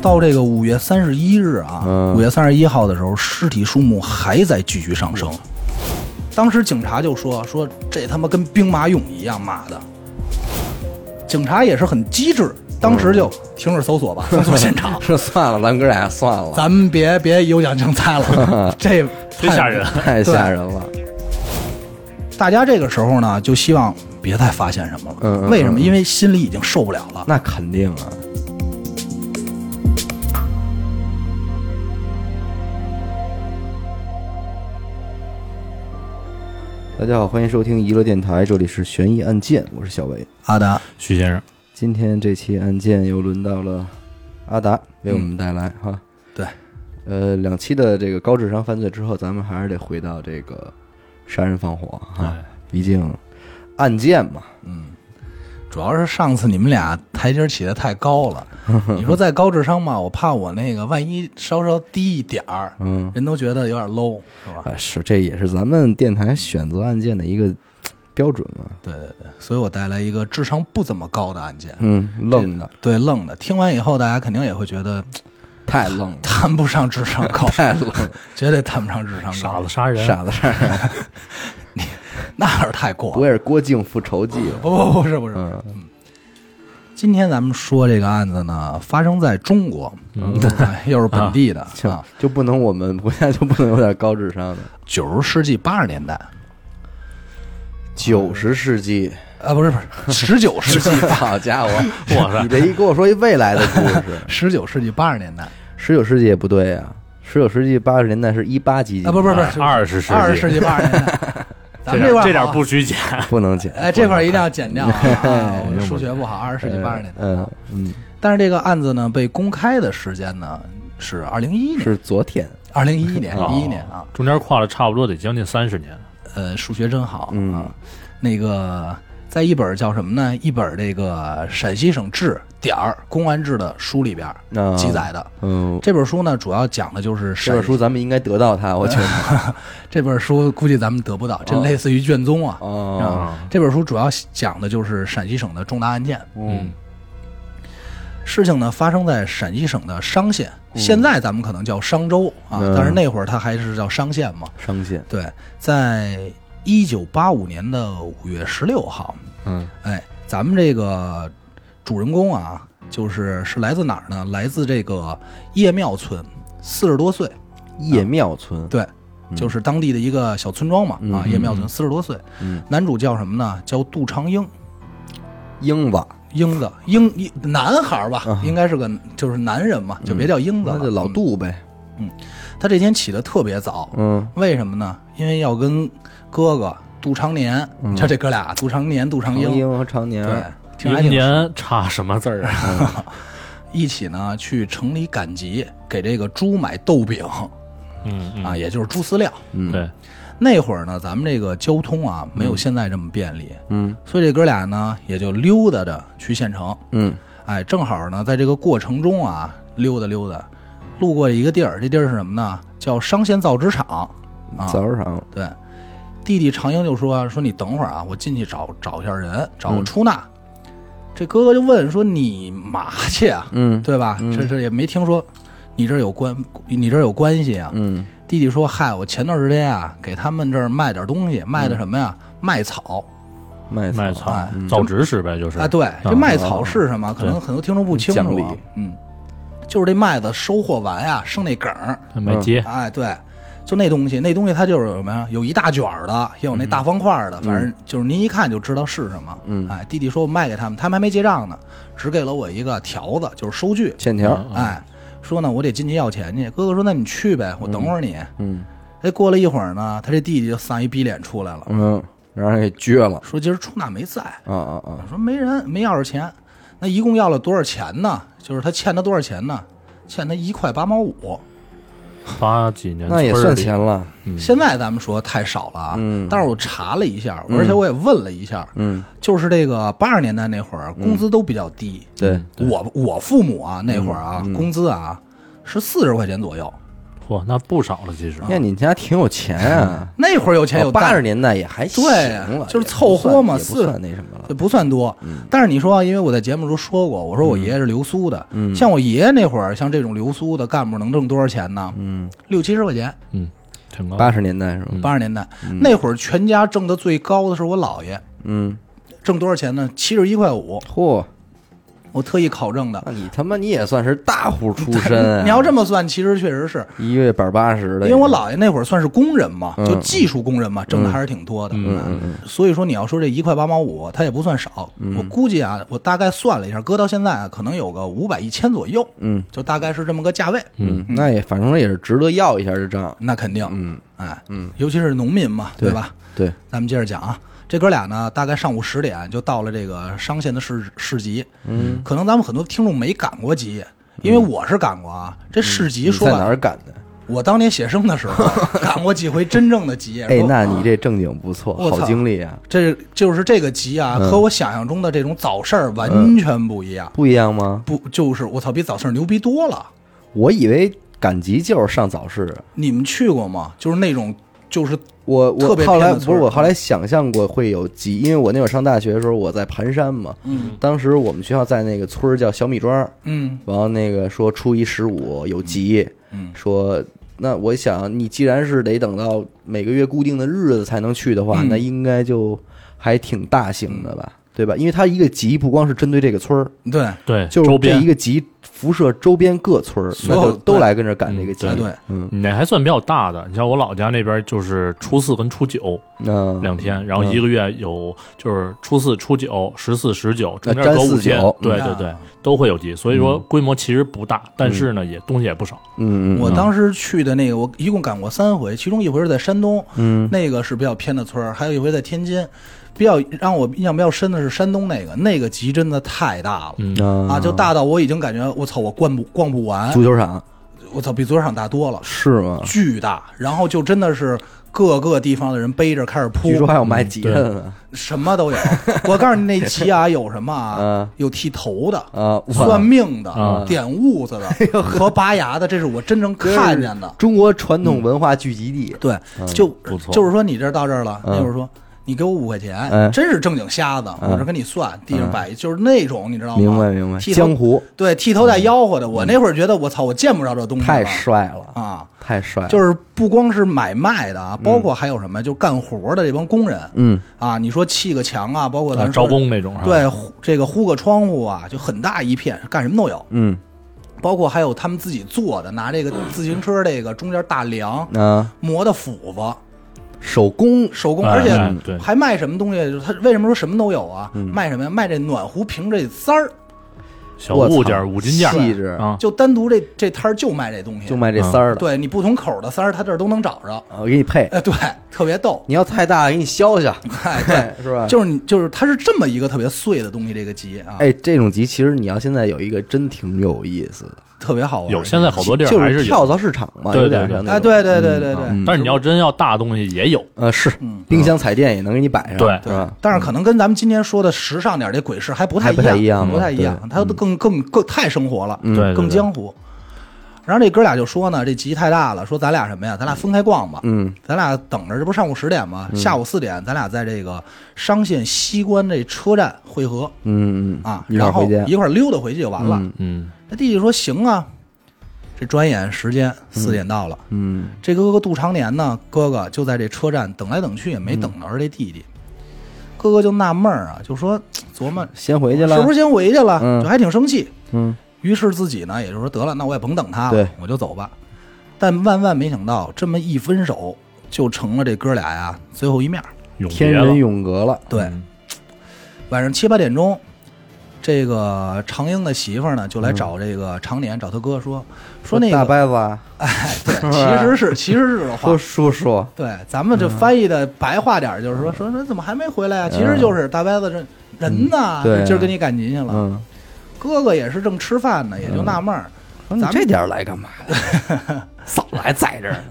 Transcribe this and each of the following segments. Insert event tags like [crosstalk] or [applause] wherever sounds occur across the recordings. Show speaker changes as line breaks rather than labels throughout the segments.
到这个五月三十一日啊，
嗯。
五月三十一号的时候，尸体数目还在继续上升。当时警察就说：“说这他妈跟兵马俑一样，妈的！”警察也是很机智，当时就停止搜索吧，封锁现场
嗯 [laughs] 这算了，咱哥俩算了，
咱们别别有奖竞猜
[laughs]
了，这
真
太
吓人。
太吓人了。
大家这个时候呢，就希望别再发现什么了。
嗯嗯
为什么？因为心里已经受不了了。
那肯定啊，大家好，欢迎收听娱乐电台，这里是悬疑案件，我是小伟。
阿达，
徐先生，
今天这期案件又轮到了阿达为我们带来、哈。
对，
呃，两期的这个高智商犯罪之后，咱们还是得回到这个杀人放火哈，
哎
毕竟案件嘛，
主要是上次你们俩台阶起得太高
[laughs]
了，你说再高智商吧，我怕我那个万一稍稍低一点儿，
嗯，
人都觉得有点 low，是吧？
啊，是这也是咱们电台选择案件的一个标准嘛，
对对对，所以我带来一个智商不怎么高的案件，
嗯，愣的，
对愣的。听完以后，大家肯定也会觉得
太愣了，
谈不上智商高，
[laughs] 太愣了，
[laughs] 绝对谈不上智商
嗯傻
高
子，杀人，
傻子事儿，
[laughs] 那是太过
不
了。
会是郭靖复仇记 [laughs] 吧？
不不不是不是，
嗯，
今天咱们说这个案子呢，发生在中国，哎又是本
[laughs]
地的
嗯就
啊，
就不能我们国家就不能有点高智商的？
九十世纪八十年代，
[laughs] 九十世 [laughs] 纪，
啊不是不是， [laughs] 十九世纪
好家伙，
哇塞
你这一 [laughs] 跟我说一未来的故事，
十九世纪八十年代啊，
[laughs] 十九世纪也不对呀、十九世纪八十年代啊是一八几几，
啊不是不是不是
二十世纪
二十世纪八十年
[laughs]
代，咱
这
们
点
块
这
这
点不嗯许讲，
不能减，
哎这块儿一定要剪
[laughs]
掉啊，啊我数学不好，二十世纪八十年代。
嗯嗯，
但是这个案子呢，被公开的时间呢是二零一一年，
是昨 [laughs] 天，
二零一一年
哦
一一年啊，
[laughs] 中间跨了差不多得将近三十年，
呃，数学真好
嗯
啊，那个。在一本叫什么呢？一本这个陕西省志点儿公安志的书里边儿
啊
记载的。
嗯，
这本书呢，主要讲的就是
这
陕
本书咱们应该得到它，我觉 [laughs] 得。
这本书估计咱们得不到，这
哦
类似于卷宗啊。
哦，
嗯
这本书主要讲的就是陕西省的重大案件。
嗯，
事情呢发生在陕西省的商县，现在咱们可能叫商州啊，
嗯
但是那会儿它还是叫商县嘛。
伤心，
对，在一九八五年的五月十六号，
嗯
哎，咱们这个主人公啊，就是是来自哪儿呢？来自这个叶庙村，四十多岁，
叶庙村，
对，就是当地的一个小村庄嘛，啊，
嗯
叶庙村四十多岁，
嗯，
男主叫什么呢？叫杜长英，
英子，
英子，英英男孩儿吧
啊，
应该是个就是男人嘛，就别叫英子
嗯
了。
那就老
嗯，
杜呗，
他这天起得特别早，
嗯
为什么呢？因为要跟哥哥杜长年，
嗯
就这哥俩，杜长年、杜长
长
英，
英哎和常年，
对，听着还
一
挺熟
年 [laughs] 差什么字儿啊？
一起呢去城里赶集，给这个猪买豆饼
嗯嗯，
啊，也就是猪饲料。
嗯
对，
那会儿呢，咱们这个交通啊，没有现在这么便利，
嗯
所以这哥俩呢也就溜达着去县城。
嗯
哎，正好呢，在这个过程中啊，溜达溜达，路过一个地儿，这地儿是什么呢？叫商县造纸厂。啊
早上，
对，弟弟长英就说：“说你等会儿啊，我进去找找一下人，找
嗯
个出纳。这哥哥就问说：“你嘛去啊？
嗯
对吧？这这也没听说你这儿有关，你这儿有关系啊。
嗯
弟弟说：“嗨，我前段时间啊，给他们这儿卖点东西，卖的什么呀？卖草
麦
卖
草，
草造纸使呗，就是
啊。对，这卖草是什么？可能
对
很多听众不清楚、啊
讲理。
嗯，就是这麦子收获完呀、剩那梗儿，
卖街，
哎，对，就那东西，那东西它就是有什么呀？有一大卷儿的，也有那大方块儿的，反正就是您一看就知道是什么。
嗯
哎，弟弟说我卖给他们，他们还没结账呢，只给了我一个条子，就是收据。
欠条，
嗯
哎，说呢，我得进去要钱去。哥哥说，那你去呗，我等会儿你。
嗯
哎，过了一会儿呢，他这弟弟就丧一逼脸出来了，
嗯，让人给撅了，
说今儿出纳没在，
啊啊啊，
我说没人没要着钱，那一共要了多少钱呢？就是他欠他多少钱呢？欠他一块八毛五。
八几年
那也
村儿
算
里
钱了，
现在咱们说太少了啊，
嗯
但是我查了一下，而且我也问了一下，
嗯，
就是这个八十年代那会儿，工资都比较低。
对，嗯
我我父母啊那会儿啊，工资啊是四十块钱左右，
嚯，那不少了，其实。
那哎你家挺有钱啊，
那会儿啊嗯有钱有
八
蛋
十年代也还行了，
对啊就是
也不
凑合嘛
算也不
四
算那什么了。
这不算多，
嗯
但是你说啊，因为我在节目中说过，我说我爷爷是留苏的，
嗯
像我爷爷那会儿，像这种留苏的干部能挣多少钱呢？嗯，六七十块钱，
嗯，挺高。
八十年代是吧？
八十年代、那会儿，全家挣的最高的是我姥爷，
嗯，
挣多少钱呢？七十一块五，
嚯，
我特意考证的。
那你他妈你也算是大户出身啊！
你要这么算，其实确实是
一个月百八十的，
因为我姥爷那会儿算是工人嘛，
嗯
就技术工人嘛，挣的还是挺多的。
嗯
嗯嗯
所以说你要说这一块八毛五，它也不算少。我估计啊，我大概算了一下，搁到现在啊，可能有个五百一千左右，
嗯
就大概是这么个价位。
嗯，那也反正也是值得要一下这账。
那肯定，
嗯，
哎，嗯，尤其是农民嘛，对吧？
对，
咱们接着讲啊，这哥俩呢，大概上午十点就到了这个商县的市市集。嗯，可能咱们很多听众没赶过集，因为我是赶过啊。这市集
嗯你
说
在哪
吧，
儿赶的？
我当年写生的时
[laughs]
候赶过几回真正的集。
哎
说，
那你这正经不错，
我操
好经历啊，
这就是这个集啊，
嗯
和我想象中的这种早市儿完全不一样。
不一样吗？
不，就是我操，比早市儿牛逼多了。
我以为赶集就是上早市，
你们去过吗？就是那种，就是
我
特
我
别
后来
偏的村
不
儿
是我后来想象过会有集，因为我那会儿上大学的时候我在盘山嘛，
嗯
当时我们学校在那个村儿叫小米庄儿，
嗯
然后那个说初一十五有集，
嗯
说那我想你既然是得等到每个月固定的日子才能去的话，
嗯
那应该就还挺大型的吧，对吧？因为它一个集不光是针对这个村儿，
对，
对，
就
周
是这
边
一个集辐射周边各村儿，
所
那
有
就都
对
来跟着赶这个集
哎，对，
嗯，
你那还算比较大的，你像我老家那边就是初四跟初九
那
两天，然后一个月有就是初四、初九、十四、十九，中间
占
隔五
四
天
九，
对
嗯
对对，都会有集，所以说规模其实不大，但是呢也东西也不少。
嗯嗯
我当时去的那个，我一共赶过三回，其中一回是在山东，嗯，那个是比较偏的村儿，还有一回在天津。比较让我印象比较深的是山东那个，那个集真的太大了、
嗯
嗯
啊，就大到我已经感觉我操，我逛不逛不完，
足球场
我操，比足球场大多了，
是吗？
巨大。然后就真的是各个地方的人背着开始
据
扑，
说还有卖吉他的呢，
什么
[laughs]
都有。我告诉你，那集啊有什么啊
嗯？
有剃头的。
啊，哎我
算命的、
啊
点痦
[laughs]
子的和拔牙的，这是我真正看见的。
中国传统文化聚集地，
对，就
不错
就是说你这儿到这儿了，
嗯
那会儿说你给我五块钱，
嗯
真是正经瞎子，我这跟你算，地上摆一就是那种你知道吗？
嗯明白明白，
剃头
江湖嗯
对剃头带吆喝的，我那会儿觉得我操，我见不着这东西
太
了
帅了，哎
啊！
太帅了，
就是是不光是买卖的啊，包括还有什么，就干活的这帮工人
嗯，
啊，你说砌个墙啊，包括咱
啊，
说
招工那种是吧？
对呼这个糊个窗户啊，就很大一片，干什么都有。
嗯
包括还有他们自己做的，拿这个自行车这个中间大梁
啊，
磨的斧子，
手工
手工，
哎
而
哎
且
对
还卖什么东西？就是他为什么说什么都有啊？
嗯
卖什么呀？卖这暖壶瓶这塞儿，
小
我操
物件儿、五金件儿，
细致
啊，
就单独这这摊儿就卖这东西，
就卖这三儿的，
对你不同口的塞儿，他这儿都能找着。
啊我给你配，
哎，对，特别逗。
你要太大给你削 [laughs] 削，
哎，对，
是吧？
就是你就是它是这么一个特别碎的东西，这个集啊，
哎，这种集其实你要现在有一个真挺有意思的，
特别好玩。
有现在好多地
就
儿还
是
是
跳
有，
蚤市场嘛，
对
有点
对对
像那
哎，
种，
对对对对对。
嗯
但是你要真要大东西也有，
呃是
嗯，
冰箱彩电也能给你摆上，
对
是吧？
但是可能跟咱们今天说的时尚点儿这鬼市还不太
还不太一样
不太
嗯
一样，它都更更更太生活了，
对对
更
对
江湖。然后这哥俩就说呢，这集太大了，说咱俩什么呀？咱俩分开逛吧。
嗯，
咱俩等着，这不是上午十点吗？下午四点，咱俩在这个商县西关这车站汇合
嗯嗯
啊，
一块
然
儿
后
回家
一块儿溜达回去就完了。
嗯
嗯，
那弟弟说行啊，这转眼时间四点到了，
嗯
这哥哥杜长年呢，哥哥就在这车站等来等去，也没等
嗯
着这弟弟。哥哥就纳闷儿啊，就说琢磨
先回去
是
了，
不是先回去了，
嗯
就还挺生气。
嗯
于是自己呢，也就是说得了，那我也甭等他了
对，
我就走吧。但万万没想到，这么一分手，就成了这哥俩呀最后一面儿。
嗯
永
天
别了
人永隔了，
对，
嗯
晚上七八点钟，这个长英的媳妇儿呢就来找这个常年，找他哥说说那
嗯大
个，啊
伯子啊，
哎，对，
[laughs] 是吧
其实是其实是
[laughs]
这话
说，叔叔，
对，咱们这
嗯
翻译的白话点儿就是说，说说怎么还没回来呀、其实就是大伯子这人呢，
嗯对啊
今儿跟你赶集去了。
嗯，
哥哥也是正吃饭呢，也就纳闷儿，
说你
咱们
这点儿来干嘛呀？早来在这儿呢，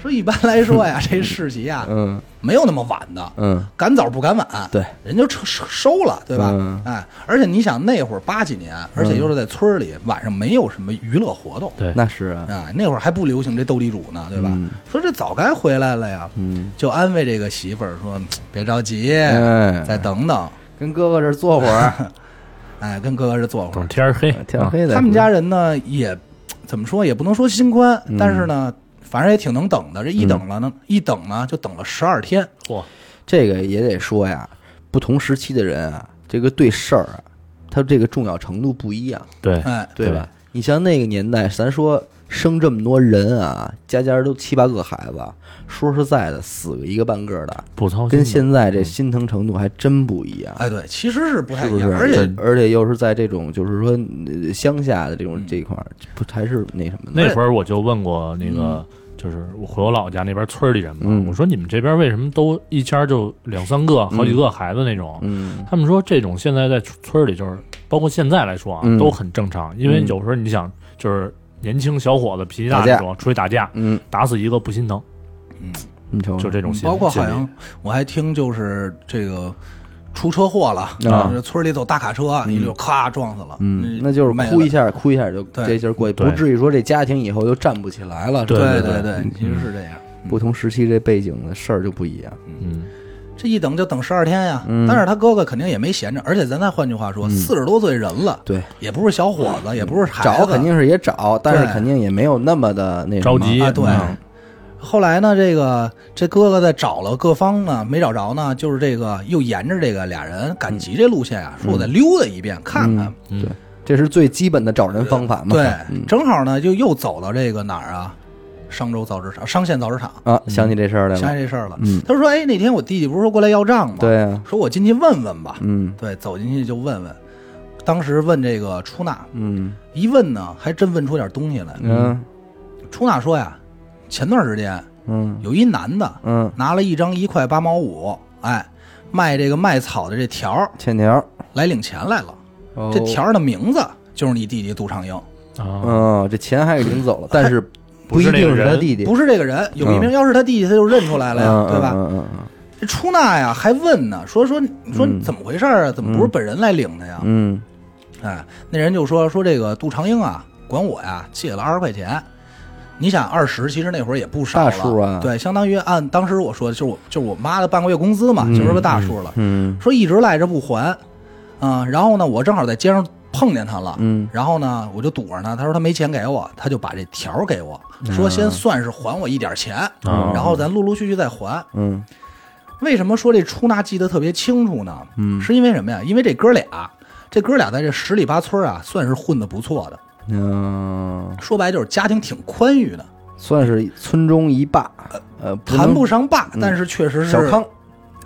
说一般来说呀，这世袭啊
嗯
没有那么晚的，
嗯，
赶早不赶晚，
对，
人就撤收收了，对吧？
嗯
哎，而且你想那会儿八几年，而且又是在村儿里，晚上没有什么娱乐活动，
对，
那是啊，
哎，那会儿还不流行这斗地主呢，对吧？
嗯
说这早该回来了呀，
嗯，
就安慰这个媳妇儿说嘖别着急，
哎，
再等等，
跟哥哥这儿坐
[laughs]
会儿，
哎，跟哥哥这坐会
等
儿。
天儿黑，
啊
啊
天黑的。
他们家人呢也嘖怎么说也不能说心宽，
嗯
但是呢，反正也挺能等的。这一等了呢，一等呢就等了十二天，
嚯，
这个也得说呀，不同时期的人啊，这个对事儿啊，他这个重要程度不一样，
对，
哎，
对吧？你像那个年代，咱说生这么多人啊，家家都七八个孩子，说实在的，死个一个半个的，
不操心
跟
的，
现在这心疼程度还真不一样。
哎，对，其实是不太
是
一
不
样，
是？
而且
而且又是在这种就是说呃乡下的这种这一块儿，不还是那什么的？
那会儿我就问过那个，就是我回我老家那边村里人嘛，
嗯
我说你们这边为什么都一家就两三个、好几个孩子那种？
嗯
他们说这种现在在村里就是，包括现在来说啊，
嗯
都很正常，因为有时候你想就是。年轻小伙子脾气大
打架
那种，出去打架，
嗯，
打死一个不心疼，
你瞅
就这种心。
嗯包括好
心理
像我还听就是这个出车祸了，
啊
就是村里走大卡车，啊一溜咔撞死了，
嗯，那就是
没
哭
了
一下，哭一下就
对
这劲儿过去，
对
不至于说这家庭以后就站不起来了。
对
对
对
对
对
嗯
对，其实是这样。
不同时期这背景的事儿就不一样。
嗯，
这一等就等十二天呀，
嗯
但是他哥哥肯定也没闲着，而且咱再换句话说，四十多岁人了，
对，
也不是小伙子，也不是孩子，
找肯定是也找，但
对
是肯定也没有那么的那什
着
么
急
啊，对。
嗯
后来呢，这个这哥哥在找了各方呢，没找着呢，就是这个又沿着这个俩人赶集这路线啊，
嗯
说我再溜达一遍看看，
对，这是最基本的找人方法嘛。
对，正好呢就又走到这个哪儿啊，商州造纸厂、商县造纸厂，
啊，想起这事儿来
想起
了。
这事儿了。
嗯
他说：“哎，那天我弟弟不是说过来要账吗？
对啊，
说我进去问问吧。
嗯
对，走进去就问问。当时问这个出纳，
嗯
一问呢，还真问出点东西来。
嗯
出纳说呀，前段时间
嗯
有一男的
嗯，
拿了一张一块八毛五，哎，卖这个卖草的这条儿
欠条儿。
来领钱来了。
哦
这条儿的名字就是你弟弟杜长英，
啊，
嗯，这钱还是领走了，但是
不
一
是那
定
个
是他
人
弟弟，
不是这个人。有一名，要是他弟弟，他就认出来了呀，
嗯
对吧？
嗯嗯嗯
这出纳呀还问呢，说说你说你怎么回事儿啊？怎么不是本人来领的呀？
嗯
哎，那人就说说这个杜长英啊，管我呀借了二十块钱。你想二十，其实那会儿也不少了，
大数啊
对，相当于按当时我说的，就是我就是我妈的半个月工资嘛，就是个大数了。
嗯
说一直赖着不还，啊、然后呢，我正好在街上碰见他了，
嗯
然后呢，我就堵着呢，他说他没钱给我，他就把这条儿给我，说先算是还我一点钱，
哦
然后咱陆陆续续再还。
嗯
为什么说这出纳记得特别清楚呢？嗯，是因为什么呀？因为这哥俩，这哥俩在这十里八村啊，算是混得不错的。
嗯，
说白就是家庭挺宽裕的，
算是村中一霸，呃，不
谈
能
不上霸，但是确实是
小康，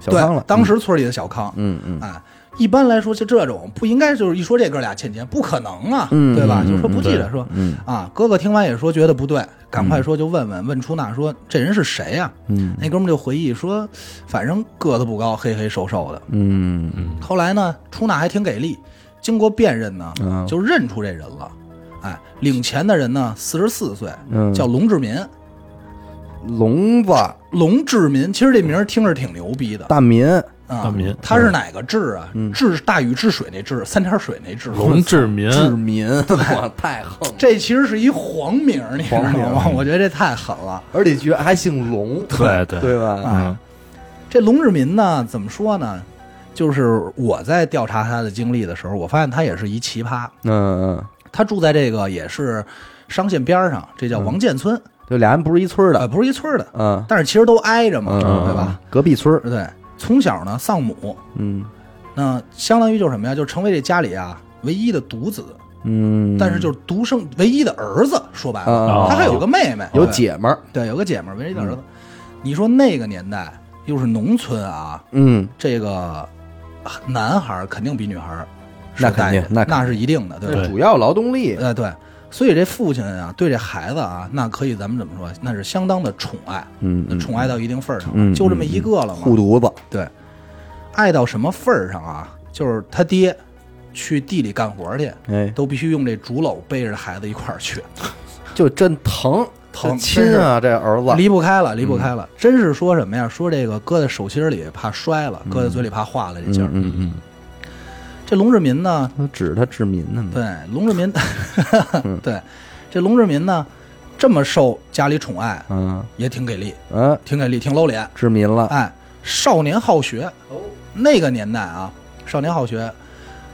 小康了
对，。当时村里的小康。
嗯嗯
哎，一般来说就这种不应该就是一说这哥俩欠钱，不可能啊，
嗯
对吧？
嗯
就说不记得
对
说。
嗯
啊，哥哥听完也说觉得不对，赶快说就问问、问出纳说这人是谁呀、
嗯
那哥们儿就回忆说，反正个子不高，黑黑瘦瘦的，
嗯
后来呢，出纳还挺给力，经过辨认呢，
嗯
就认出这人了。哎，领钱的人呢，四十四岁，
嗯，
叫龙志民。
聋子
龙志民，其实这名儿听着挺牛逼的
大民，嗯
啊。
大民
他是哪个志啊？治大禹治水那治，三点水那治。
龙志民，
治民，哇，太横，
这其实是一皇名儿，你知道
皇名
吗？
儿
[laughs] 我觉得这太狠了。啊
而且居然还姓龙，
对对
对吧？
嗯，
这龙志民呢，怎么说呢？就是我在调查他的经历的时候，我发现他也是一奇葩。
嗯嗯，
他住在这个也是商县边儿上，这
嗯
叫王建村，
就俩人不是一村儿
呃，
的，
不是一村儿的。
嗯
但是其实都挨着嘛，
嗯，
对吧？？
隔壁村儿，
对，从小呢丧母，
嗯
那相当于就是什么呀？就成为这家里啊唯一的独子，
嗯，
但是就是独生唯一的儿子。说白
啊
了，他还有个妹妹，
有
对
姐们儿，
对，有个姐们儿，唯一的儿子。你说那个年代又是农村啊，
嗯，
这个男孩儿肯定比女孩儿
那肯定
受待遇
那
那
肯定
是一定的，对吧？
主要劳动力，
呃，对，所以这父亲啊，对这孩子啊，那可以咱们怎么说？那是相当的宠爱，
嗯
那宠爱到一定份儿上了，
嗯嗯
就这么一个了嘛。
护犊子，
对，爱到什么份儿上啊？就是他爹去地里干活去，
哎，
都必须用这竹篓背着孩子一块儿去，
就真疼，
疼，
亲
真是
啊，这儿子，
离不开了，离不开了。真是说什么呀？说这个搁在手心里怕摔了，搁在嘴里怕化了这劲儿。
嗯嗯，
这龙志民呢，
他指着他治民呢嘛，
对龙志民， [laughs]
嗯
对这龙志民呢，这么受家里宠爱，
嗯
也挺给力，
啊，
挺给力，挺露脸。
治民了，
哎，少年好学，那个年代啊，少年好学，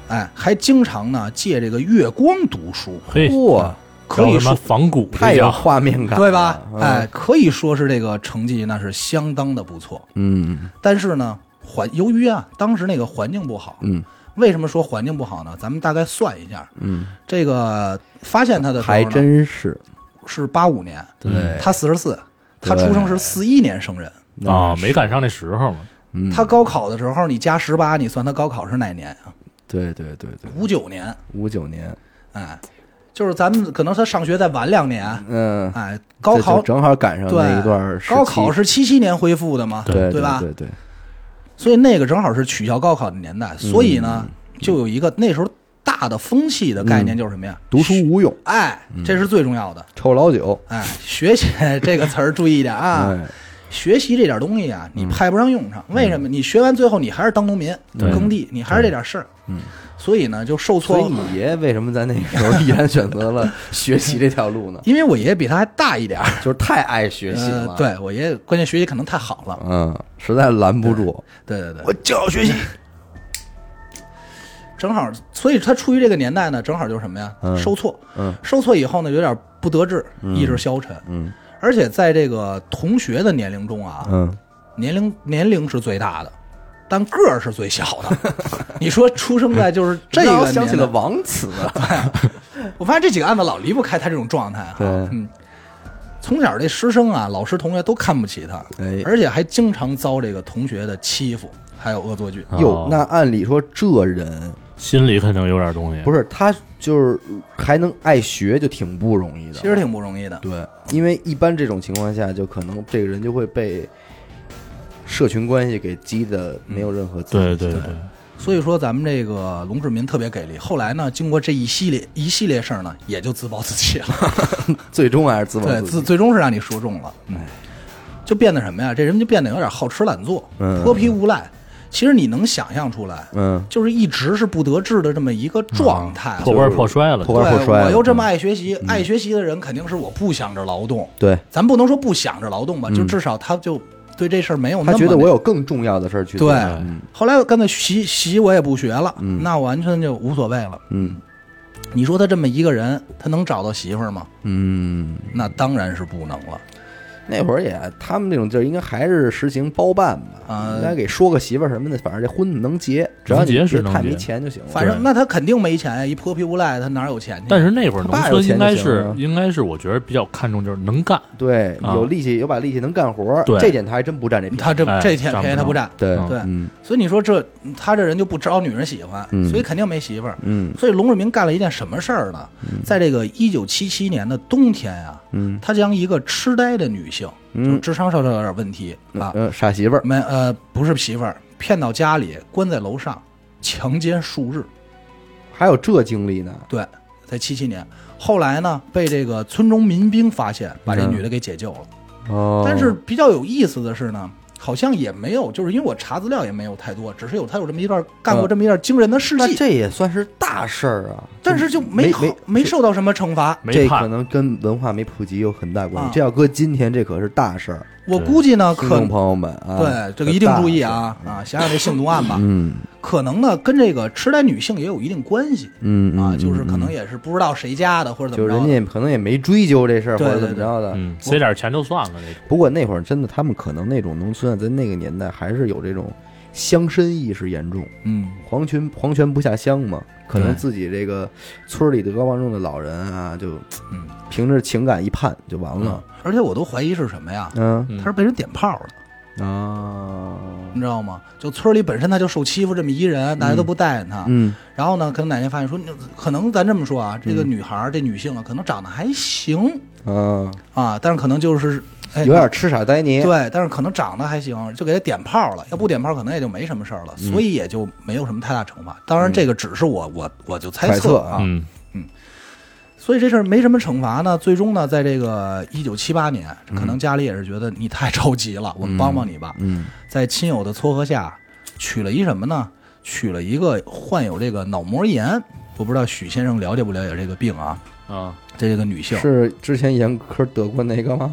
哎，还经常呢借这个月光读书，
嘿，
哇，
可以
什
说
么仿古这
太有
叫
画面
哎
感了，
对吧？
嗯
哎，，可以说是这个成绩那是相当的不错。
嗯
但是呢，环由于啊当时那个环境不好，
嗯
为什么说环境不好呢？咱们大概算一下，
嗯，
这个发现他的时候呢
还真是，
是八五年，
对
他四十四，他
对
出生是四一年生人，
啊，没赶上那时候嘛。
嗯
他高考的时候你加十八，你算他高考是哪年啊？
对对对对，
五九年，
五九年，
哎，就是咱们可能他上学再晚两年，
嗯，
哎，高
这
考
就正好赶上那
对
一段儿时期
高考是七七年恢复的嘛，
对
对吧？
对对，
所以那个正好是取消高考的年
嗯
代，所以呢，就有一个那时候大的风气的概
嗯
念就是什么呀？
读书无用，
哎，这是最重要的。
臭老九，
哎，学习这个词儿注意一点
[laughs]
啊，
哎，
学习这点东西啊，
嗯
你派不上用场。为什么？你学完最后你还是当农民、
对
耕地，你还是这点事儿。嗯，所以呢，就受
所以
挫。？
你爷爷为什么在那个时候毅然选择了 [laughs] 学习这条路呢
因为我爷爷比他还大一点儿，
[laughs] 就是太爱学习
呃
了，，
对我爷爷关键学习可能太好了。
嗯，实在拦不住，
对对对，
我就要学习，
[laughs] 正好，所以他处于这个年代呢，正好就是什么呀？受挫，
嗯，
受挫以后呢，有点不得志，意志消沉，
嗯，
而且在这个同学的年龄中啊，
嗯，
年龄年龄是最大的，但个儿是最小
[laughs]
的。你说出生在就是这
让
个
我想起
年
了
代，
王子，
我发现这几个案子老离不开他这种状态啊。
对
嗯，从小这师生啊，老师同学都看不起他，
哎
而且还经常遭这个同学的欺负，还有恶作剧。
[laughs] 哟
哦，
那按理说这人
心里肯定有点东西。
不
是，
是他，就是还能爱学，就挺不容易的。
其实挺不容易的，
对，因为一般这种情况下，就可能这个人就会被社群关系给激的没有任何自制
对对
力
对，
所以说咱们这个龙志民特别给力。后来呢，经过这一系列一系列事儿呢，也就自暴自弃了。
最终还是自暴
[laughs] 对，
自
自
弃。
最终是让你说中了，嗯，就变得什么呀？这人就变得有点好吃懒做，
嗯
泼皮无赖。其实你能想象出来，
嗯，
就是一直是不得志的这么一个状态。
破罐破摔了。
破
对，
罐破摔嗯了
我又这么爱学习，爱学习的人肯定是我不想着劳动，
对
咱不能说不想着劳动吧，就至少他就对这事儿没有那
嗯他
么
觉得
那
我有更重要的事儿去做。
对
嗯
后来我干脆习习我也不学了，那完全就无所谓了。
嗯
你说他这么一个人，他能找到媳妇儿吗？
嗯，
那当然是不能了。
那会儿也，他们这种劲儿应该还是实行包办吧，
啊
应该给说个媳妇儿什么的，反正这婚能结，只要
能
你
结
别
是能
太没
结
钱就行了。
反正那他肯定没钱呀，一泼皮无赖，他哪有钱去？
但是那会儿
他
农
爸有
村
钱
应该
就行
是
了
应该是我觉得比较看重就是能干，
对，
啊
有力气，有把力气能干活儿，
对
这点他还真不占这便宜。
他这
哎
这钱
占不
便宜他不
着
占，
对
对
嗯
所以你说这他这人就不招女人喜欢，
嗯
所以肯定没媳妇儿。
嗯
所以龙志明干了一件什么事儿呢？在这个一九七七年的冬天呀、
嗯
他将一个痴呆的女性，就
嗯
智商稍稍有点问题啊，
嗯，傻媳妇儿，
没呃不是媳妇儿，骗到家里，关在楼上，强奸数日。
还有这经历呢，
对，在七七年，后来呢被这个村中民兵发现，把这
嗯
女的给解救了。
哦
但是比较有意思的是呢，好像也没有，就是因为我查资料也没有太多，只是有他有这么一段干过这么一段惊人的事
嗯那
迹，
这也算是大事儿啊，
但是就
没
没好
没嗯
没受到什么惩罚。
没
这可
判。
能跟文化没普及有很大关系
啊。
这要搁今天，这可是大事儿，
我估计呢，
听
可
众朋友们啊，
对这个一定注意啊啊，想想这性奴案吧
大事儿，，嗯
可能呢跟这个痴呆女性也有一定关系
嗯
啊，
嗯
就是可能
嗯
也是不知道谁家的或者怎
就
么
人
着啊
家
的。
也可能也没追究这事儿或
对
者怎
对
么
对
着的，
嗯，塞点钱就算了那种。
不过那会儿真的，他们可能那种农村啊，在那个年代还是有这种乡绅意识严重，
嗯，
皇权皇权不下乡嘛，可能
对
自己这个村里德高望重的老人啊，就
嗯
凭着情感一判就完了。
而且我都怀疑是什么呀？
嗯
嗯
他是被人点炮了，
啊，
你知道吗？就村里本身他就受欺负这么一人，大家都不待见他，
嗯
然后呢，可能哪天发现说，你嗯可能咱这么说啊，这个女孩儿、这女性啊，可能长得还行
啊，
啊，但是可能就是，哎，
有点吃傻呆泥。
对，但是可能长得还行，就给她点炮了。要不点炮，可能也就没什么事儿了，
嗯
所以也
嗯
就没有什么太大惩罚。当然，这个只是我我我就猜
揣测
啊。
嗯，
所以这事儿没什么惩罚呢。最终呢，在这个一九七八年，可能家里也是觉得你太着急了，我们帮帮你吧。
嗯，
在亲友的撮合下，娶了一什么呢？娶了一个患有这个脑膜炎，我不知道许先生了解不了解这个病啊？
啊，
这个女性
是之前严科得过那个吗？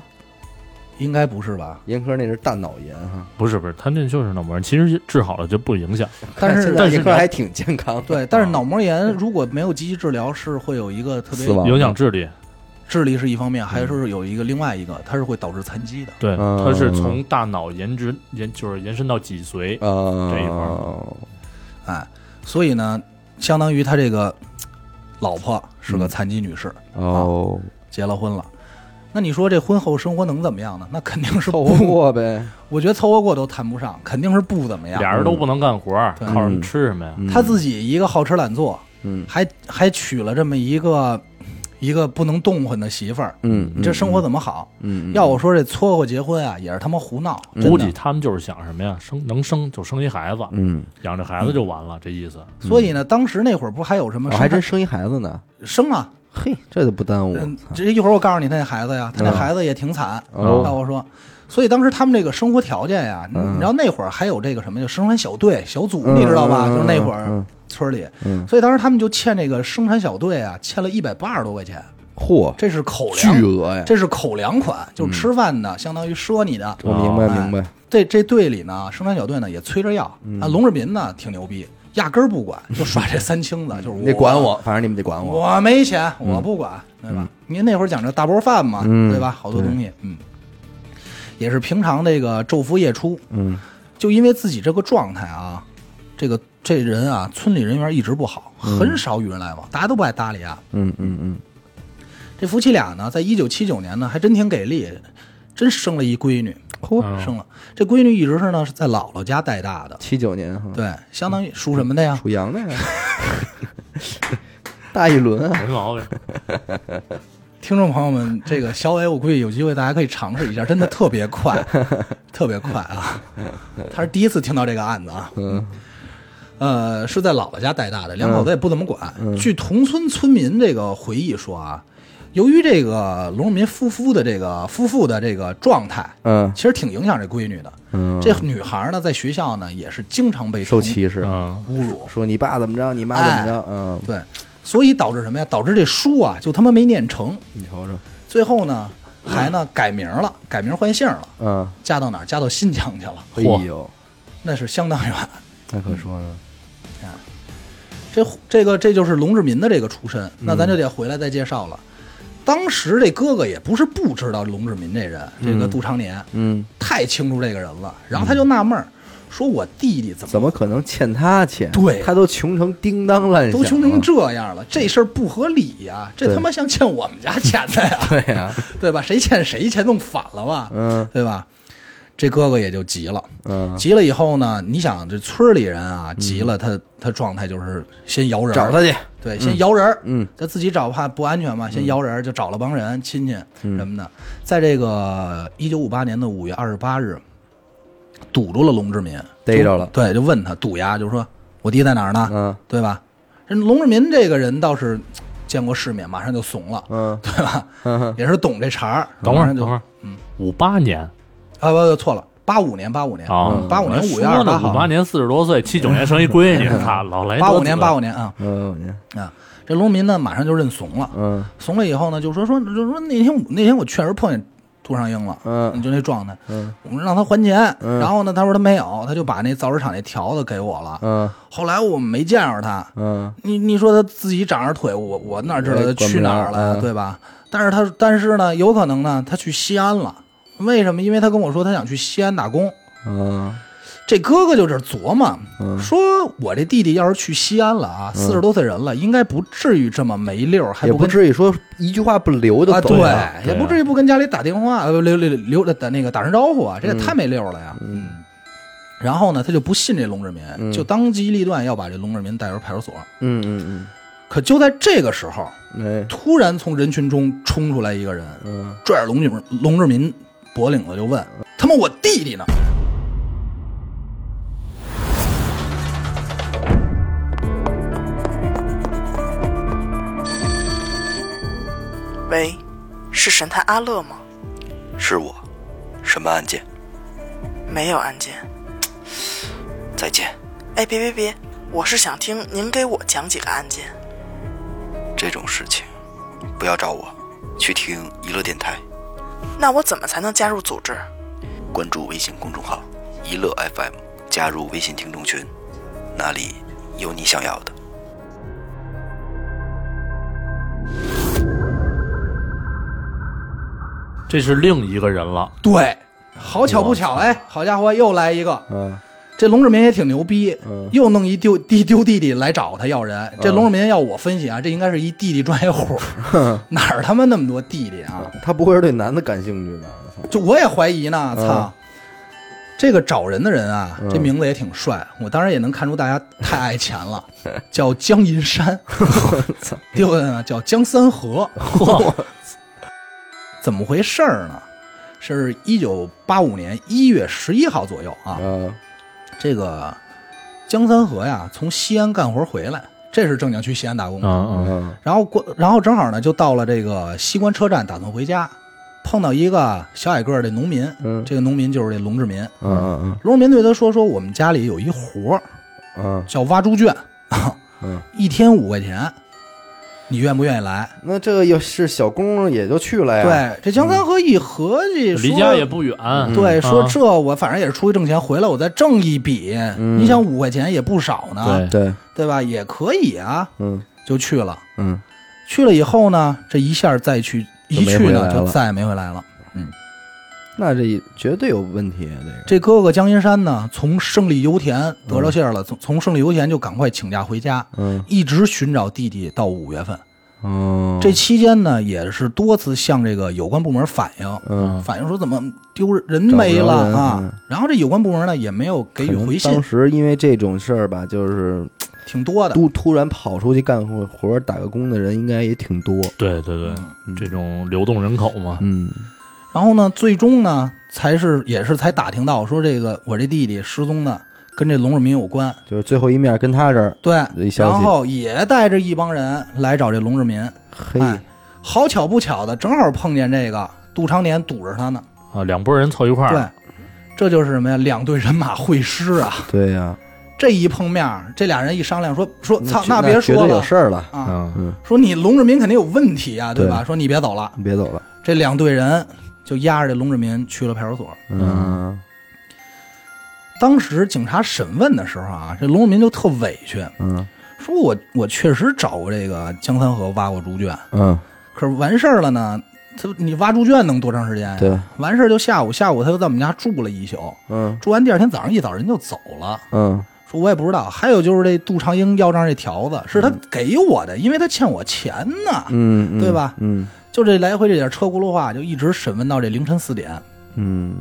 应该不是吧？
严科那是大脑炎哈，
不是不是，他那就是脑膜炎，其实治好了就不影响。
但是
看现在
但是
严
你
科
要
还挺健康的。
对，但是脑膜炎如果没有积极治疗，是会有一个特别
死亡
影响智力，
智力是一方面，还是有一个另外一个，它是会导致残疾的。
对，
嗯
它是从大脑延直延就是延伸到脊髓，
呃，
这一块
哎，所以呢，相当于他这个老婆是
嗯
个残疾女士，
哦，
结了婚了。那你说这婚后生活能怎么样呢？那肯定是
凑
不，
合 [laughs] 过呗。
我觉得凑合过都谈不上，肯定是不怎么样。
俩人都不能干活，
对
靠什么吃什么呀？
嗯
他自己一个好吃懒做，
嗯
还还娶了这么一个一个不能动弹的媳妇儿，
嗯，
你这生活怎么好？
嗯，嗯
要我说这撮合结婚啊，也是他妈胡闹，真的
估计他们就是想什么呀，生能生就生一孩子，
嗯，
养着孩子就完了，这意思。
所以呢，当时那会儿不还有什么
我
生
嗯哦还真生一孩子呢，
生啊？
[laughs] 嘿，这都不耽误。
嗯，这一会儿我告诉你他那孩子呀，他那
嗯
孩子也挺惨。
哦
让我说，所以当时他们这个生活条件呀，你你知道那会儿还有这个什么，就生产小队、小组，
嗯
你知道吧？
嗯
就是那会儿
嗯
村里，
嗯
所以当时他们就欠这个生产小队啊，欠了一百八十多块钱，
[laughs] 嚯，
这是口
巨
粮，
额呀！
这是口粮款，
嗯
就是吃饭的，相当于赊你的。
我明白
哎
明白，
这这队里呢，生产小队呢也催着要
嗯
啊。龙志民呢挺牛逼，压根儿不
[laughs]
管，就耍这三清子，就是
嗯你得管我，反正你们得管我。
我没钱，我不管，对吧？您那会儿讲这大锅饭嘛，
嗯
对吧？好多东西，嗯，也是平常这个昼伏夜出，
嗯，
就因为自己这个状态啊，这个这人啊，村里人缘一直不好，很少与人来往，大家都不爱搭理啊。
嗯嗯嗯，
这夫妻俩呢，在一九七九年呢，还真挺给力，真生了一闺女，嗯
嚯，
生了这闺女一直是呢是在姥姥家带大的，
七九年哈，
对，相当于属什么的呀？
属羊的呀， [laughs] 大一轮啊，
没毛病，
听众朋友们，这个小伟，我估计有机会大家可以尝试一下，真的特别快，
[laughs]
特别快啊！他是第一次听到这个案子啊，
嗯
呃，是在姥姥家带大的，两口子也不怎么管。
嗯
据同村村民这个回忆说啊，由于这个龙民夫妇的这个夫妇的这个状态，
嗯
其实挺影响这闺女的。
嗯，
这女孩呢，在学校呢也是经常被
受
同
歧视，
嗯，
侮辱，
说你爸怎么着，你妈怎么着，嗯，
对，所以导致什么呀？导致这书啊，就他妈没念成。
你瞅瞅，
最后呢，还呢改名了，改名换姓了，
嗯，
嫁到哪儿？嫁到新疆去了，
哎
嚯
呦，
那是相当远。
那可说呢，
这这个这就是龙志民的这个出身，
嗯
那咱就得回来再介绍了。当时这哥哥也不是不知道龙志民这人，这个杜长年、
嗯，
太清楚这个人了，然后他就纳闷儿，说我弟弟怎么
怎么可能欠他钱？
对
他都穷成叮当乱响，
都穷成，这样了？这事儿不合理呀、这
啊对
他妈像欠我们家钱的呀，
对呀，
对吧？谁欠谁钱弄反了吧，
[laughs] 嗯
对吧？这哥哥也就急了，
嗯，
急了以后呢，你想这村里人啊，急了他他状态就是先摇人，
找他，去，
对，先摇人，
嗯，
他自己找怕不安全嘛，先摇人就找了帮人亲戚
嗯
什么的，在这个一九五八年的五月二十八日，堵住了龙志民，
逮着了
就对，就问他堵呀，就说我弟在哪儿呢？
嗯
对吧？人龙志民这个人倒是见过世面，马上就怂了，
嗯
对吧？
嗯
也是懂这茬儿，
等会
马
儿
上就
等会儿，嗯五八年
啊，不不错了，八五年八五年嗯
啊，
八五年五月二十八号嗯
五，八年四十多岁，七九年生一闺女，操，老来
八五年八
五
五年啊
嗯，你
啊！这龙民呢，马上就认怂了。
嗯
怂了以后呢，就说说就说那天我那天我确实碰见杜尚英了，
嗯
你就那状态，
嗯，
我们让他还钱，然后呢，他说他没有，他就把那造纸厂那条子给我了。
嗯
后来我没见着他，
嗯
你你说他自己长着腿，我我哪知道他去哪儿
我也管不了
了呀，
嗯
对吧？但是他但是呢，有可能呢，他去西安了。为什么？因为他跟我说他想去西安打工。
嗯
这哥哥就这琢磨，
嗯
说我这弟弟要是去西安了啊，四十多岁人了，应该不至于这么没溜儿，还
也不
跟
至于说一句话不留就
啊，
走了，
对，也不至于不跟家里打电话，呃，留留留打那个打声招呼啊，这也太没溜儿了呀。嗯。然后呢，他就不信这龙志民，就当机立断要把这龙志民带回派出所。
嗯嗯
可就在这个时候，
嗯，哎，
突然从人群中冲出来一个人，
嗯，
拽着龙志龙志民脖领子就问：“他妈，我弟弟呢？”
喂，是神探阿乐吗？
是我，什么案件？
没有案件。
再见。
哎，别别别，我是想听您给我讲几个案件。
这种事情，不要找我，去听娱乐电台，
那我怎么才能加入组织？
关注微信公众号“娱乐 FM”，加入微信听众群，那里有你想要的。
这是另一个人了，
对，好巧不巧，哎，好家伙，又来一个。
嗯
这龙志民也挺牛逼，
嗯
又弄一丢弟丢弟弟来找他要人。这龙志民要我分析啊，这应该是一弟弟专业
[laughs]
户，哪儿他妈那么多弟弟啊？
他不会是对男的感兴趣吧？我操
就我也怀疑呢，操！这个找人的人啊，这名字也挺帅，我当然也能看出大家太爱钱了，叫江银山， [laughs] 第二个呢叫江三河，怎么回事儿呢？是一九八五年一月十一号左右啊，
嗯
这个江三河呀，从西安干活回来，这是正经去西安打工的。
嗯嗯，
嗯
然后过，然后正好呢，就到了这个西关车站，打算回家，碰到一个小矮个儿的农民。
嗯
这个农民就是这龙志民。
嗯嗯
龙志民对他说：“说我们家里有一活儿
嗯
叫挖猪圈，
嗯，
[laughs] 一天五块钱，你愿不愿意来
那这个要是小工也就去哎了？”呀。
对，这江三河一合计，
嗯离
说
家也不远，
对，
嗯
说
啊
这我反正也是出去挣钱，回来我再挣一笔。你想五块钱也不少呢，
对
嗯对，
对吧？也可以啊，
嗯
就去了。
嗯
去了以后呢，这一下再去一去
就没回来
呢，
了
就再也没回来了。
那这绝对有问题，啊这个
这哥哥江阴山呢，从胜利油田得着信儿了，从从胜利油田就赶快请假回家，
嗯
一直寻找弟弟到五月份。
哦
这期间呢，也是多次向这个有关部门反映，
嗯
反映说怎么丢人人没了
找不着人嗯
啊。然后这有关部门呢也没有给
可
予
能
回
当
信，
时因为这种事儿吧，就是
挺多的。
突突然跑出去干活活儿打个工的人应该也挺多，
对对对，
嗯
这种流动人口嘛，
嗯
然后呢，最终呢，才是也是才打听到说这个我这弟弟失踪呢，跟这龙志民有关。
就是最后一面跟他这儿，
对
一，消息
然后也带着一帮人来找这龙志民。
嘿，
哎，好巧不巧的，正好碰见这个杜长年堵着他呢。
啊，两拨人凑一块
嗯对
儿，，
这就是什么呀？两队人马会师啊！
对呀，
这一碰面儿，这俩人一商量说说，操，
那
别
绝
说
对有
了
事儿了，
啊！
嗯，
嗯，
说你龙志民肯定有问题啊，对吧？
对
说你别走了，
你别走了，
这两队人就押着这龙志民去了派出所。
嗯
当时警察审问的时候啊，这龙志民就特委屈，
嗯
说我我确实找过这个江三河挖过猪圈，
嗯，
可是完事儿了呢，他你挖猪圈能多长时哎间呀？
对，
完事儿就下午，下午他就在我们家住了一宿，
嗯
住完第二天早上一早人就走了。
嗯
说我也不知道，还有就是这杜长英要账这条子是他给我的，因为他欠我钱呢。
嗯，
对吧
嗯
就这来回这点车轱辘话，就一直审问到这凌晨四点。
嗯，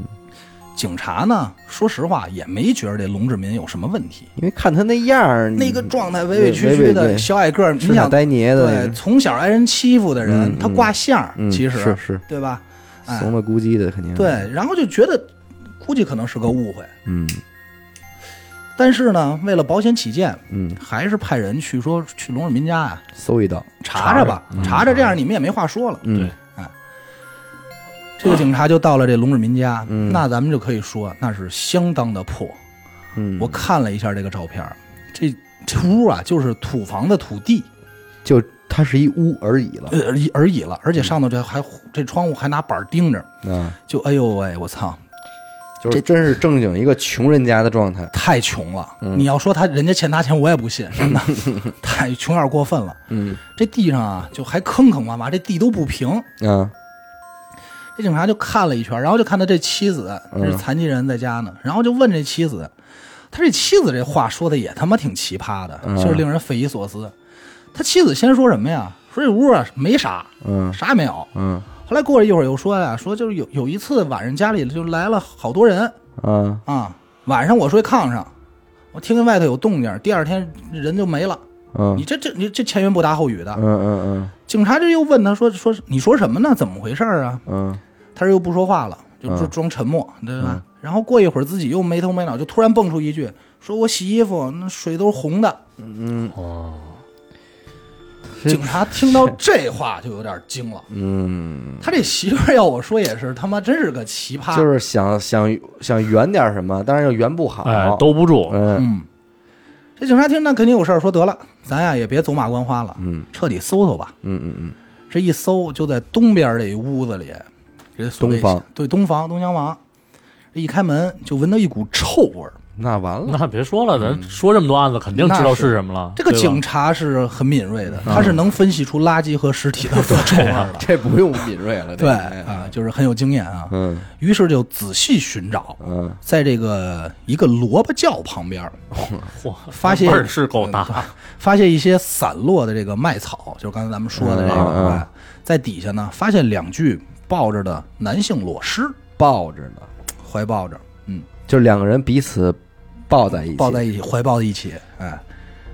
警察呢，说实话也没觉得这龙志民有什么问题，
因为看他那样儿，
那个状态委委屈
委
屈
委嗯对
的小矮个儿，你
吃傻
想
呆捏的
对，从小挨人欺负的人，
嗯
他挂相儿，
嗯，
其实
是是
对吧？哎
怂，了咕叽的肯定，
对，，然后就觉得估计可能是个误会，
嗯
但是呢，为了保险起见，
嗯，
还是派人去说去龙志民家啊
搜一刀，
查查吧，查查，这样你们也没话说了。啊
嗯
对
这个警察就到了这龙志民家，
嗯
那咱们就可以说那是相当的破。
嗯，
我看了一下这个照片儿，这这屋啊就是土房的土地
就它是一屋而已了，
呃而已而已了，
嗯
而且上头这还这窗户还拿板儿钉着，
啊。
就哎呦喂，我操！
就是真是正经一个穷人家的状态。
太穷了。
嗯
你要说他人家欠他钱，我也不
[laughs]
信，真的太穷有点过分了。
嗯
这地上啊，就还坑坑洼洼，这地都不平。
啊，
这警察就看了一圈，然后就看他这妻子，
嗯
这是残疾人在家呢，然后就问这妻子，他这妻子这话说的也他妈挺奇葩的，
嗯
就是令人匪夷所思。他妻子先说什么呀？说这屋啊没啥，
嗯
啥也没有。
嗯
后来过了一会儿又说呀、说就是有有一次晚上家里就来了好多人，
啊
啊，晚上我睡炕上，我听见外头有动静，第二天人就没了。
嗯
你这这你这前言不搭后语的。
嗯嗯
警察这又问他说说你说什么呢？怎么回事儿啊？
嗯
他这又不说话了，就就装沉默，对吧？然后过一会儿自己又没头没脑，就突然蹦出一句，说我洗衣服那水都是红的。
嗯，
哦，
警察听到这话就有点惊了。
嗯，
他这媳妇儿要我说也是，他妈真是个奇葩。
就是想想想圆点什么，但是又圆不好，
哎，兜不住，
嗯
嗯，这警察听那肯定有事儿，说得了，咱呀也别走马观花了，
嗯，
彻底搜搜吧。
嗯嗯嗯，
这一搜就在东边这一屋子里，这所谓
东方
对东房东厢房，这一开门就闻到一股臭味儿。
那完了，
那别说了，咱说这么多案子，肯定知道是什么了。
嗯这个
对吧
警察是很敏锐的，
嗯
他是能分析出垃圾和尸体的臭味儿的。
这不用敏锐了，这
对
个
啊，就是很有经验啊。
嗯
于是就仔细寻找，
嗯，
在这个一个萝卜窖旁边儿
嚯
发现嗯
味儿是够大，
[laughs] 发现一些散落的这个麦草，就是刚才咱们说的这个，
嗯嗯
哎在底下呢发现两具抱着的男性裸尸，
抱着呢，
怀抱着，嗯，
就是两个人彼此抱在一起，
抱在一起，怀抱在一起，哎，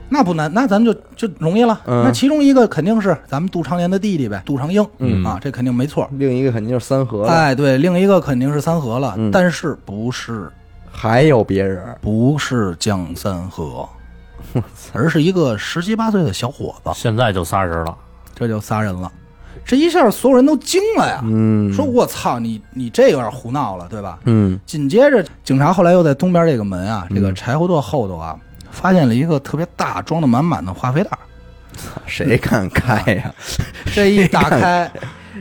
那不难，那咱们就就容易了。
嗯
那其中一个肯定是咱们杜长年的弟弟呗，杜长英，嗯啊，这肯定没错。
另一个肯定就是三合了，
哎，对，另一个肯定是三河了，
嗯
但是不是
还有别人，
不是江三
[laughs]
河，而是一个十七八岁的小伙子，
现在就仨人了，
这就仨人了。这一下所有人都惊了呀，
嗯
说我操，你你这有点胡闹了，对吧？
嗯
紧接着，警察后来又在东边这个门啊，这个柴火垛后头啊，发现了一个特别大、装的满满的话费
[laughs]
袋儿。
嗯谁敢开呀？
这一打开，